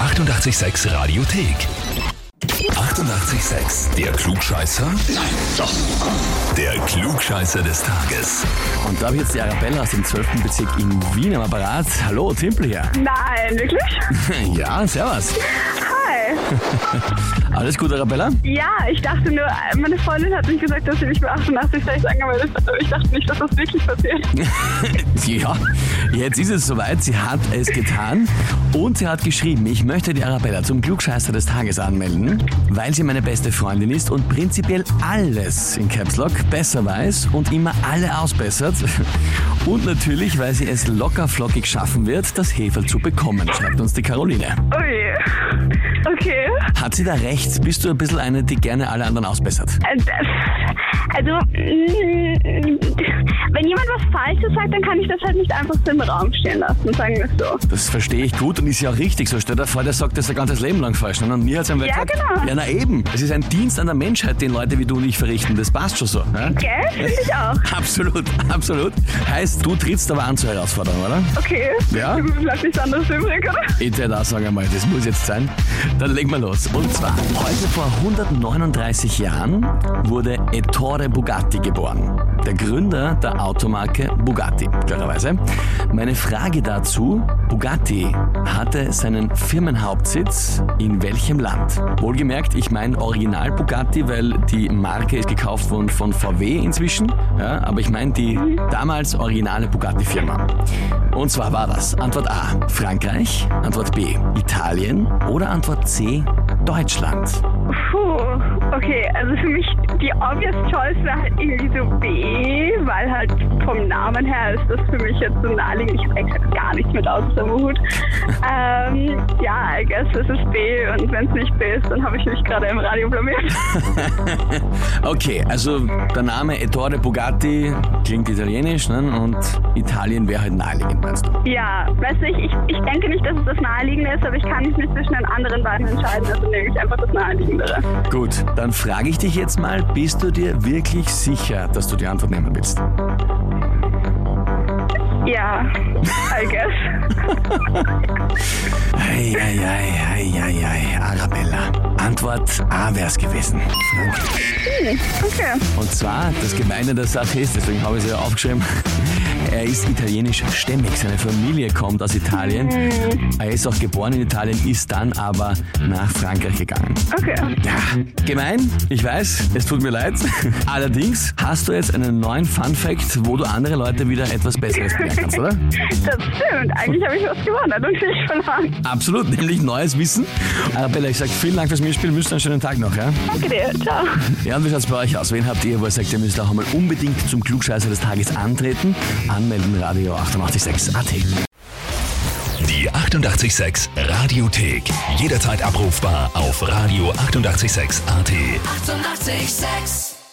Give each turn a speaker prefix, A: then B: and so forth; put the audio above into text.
A: 886 Radiothek. 88,6. Der Klugscheißer? Nein, doch. Der Klugscheißer des Tages.
B: Und da habe ich jetzt die Arabella aus dem 12. Bezirk in Wien am Apparat. Hallo, Timpel hier.
C: Nein, wirklich?
B: Ja, servus.
C: Hi.
B: Alles gut, Arabella?
C: Ja, ich dachte nur, äh, meine Freundin hat mich gesagt, dass sie mich bei 88 angemeldet hat, aber ich dachte nicht, dass das wirklich passiert.
B: Ja, jetzt ist es soweit. Sie hat es getan und sie hat geschrieben, ich möchte die Arabella zum Klugscheißer des Tages anmelden, weil sie meine beste Freundin ist und prinzipiell alles in Caps Lock besser weiß und immer alle ausbessert. Und natürlich, weil sie es locker flockig schaffen wird, das Hefe zu bekommen, schreibt uns die Caroline.
C: Ui. Okay.
B: Hat sie da recht? Bist du ein bisschen eine, die gerne alle anderen ausbessert?
C: Äh, das- Also, mm, wenn jemand was Falsches sagt, dann kann ich das halt nicht einfach so im Raum stehen lassen, sagen wir es so.
B: Das verstehe ich gut und ist ja auch richtig so. Stell dir vor, der sagt das sein ganzes Leben lang falsch. ne? Und mir hat es
C: Ja, genau.
B: Ja, na eben. Es ist ein Dienst an der Menschheit, den Leute wie du und ich verrichten. Das passt schon so. ne?
C: Gell? Finde ich auch.
B: Absolut, absolut. Heißt, du trittst aber an zur Herausforderung, oder?
C: Okay.
B: Ja.
C: Bleibt nichts anderes übrig, oder?
B: Ich würde auch sagen einmal, das muss jetzt sein. Dann legen wir los. Und zwar, heute vor 139 Jahren wurde Ettore Bugatti geboren. Der Gründer der Automarke Bugatti, klarerweise. Meine Frage dazu, Bugatti hatte seinen Firmenhauptsitz in welchem Land? Wohlgemerkt, ich meine Original Bugatti, weil die Marke ist gekauft worden von VW inzwischen, ja, aber ich meine die damals originale Bugatti-Firma. Und zwar war das Antwort A Frankreich, Antwort B Italien oder Antwort C Deutschland.
C: Puh, okay, also für mich die obvious choice wäre halt irgendwie so B, weil halt vom Namen her ist das für mich jetzt so naheliegend. Ich habe exakt gar nichts mit aus dem Hut. ähm, ja, I guess es ist B und wenn es nicht B ist, dann habe ich mich gerade im Radio blamiert.
B: Okay, also der Name Ettore Bugatti klingt italienisch ne? und Italien wäre halt naheliegend, meinst du?
C: ja, weiß nicht, ich, ich denke nicht, dass es das Naheliegende ist, aber ich kann mich nicht zwischen den anderen beiden entscheiden, also nehme ich einfach das Naheliegendere.
B: Gut, dann frage ich dich jetzt mal, bist du dir wirklich sicher, dass du die Antwort nehmen willst?
C: Ja, I guess.
B: Ei, ei, ei, ei, ei, ei, Arabella. Antwort A wär's gewesen.
C: Okay.
B: Und zwar, das Gemeine der Sache ist, deswegen habe ich es ja aufgeschrieben, er ist italienischstämmig, seine Familie kommt aus Italien. Er ist auch geboren in Italien, ist dann aber nach Frankreich gegangen.
C: Okay.
B: Ja, gemein, ich weiß, es tut mir leid. Allerdings hast du jetzt einen neuen Fun Fact, wo du andere Leute wieder etwas Besseres belehren kannst, oder?
C: Das stimmt. Eigentlich habe ich was gewonnen und nicht verloren.
B: Absolut, nämlich neues Wissen. Arabella, ich sage vielen Dank fürs Mitspielen, wünsche dir einen schönen Tag noch, ja?
C: Danke dir. Ciao.
B: Ja, und wie schaut's bei euch aus? Wen habt ihr, wo ihr sagt, ihr müsst auch einmal unbedingt zum Klugscheißer des Tages antreten? Anmelden, Radio 886 AT.
A: Die 88,6 Radiothek. Jederzeit abrufbar auf radio886.at. 88,6.
D: Eighty-eight, sex.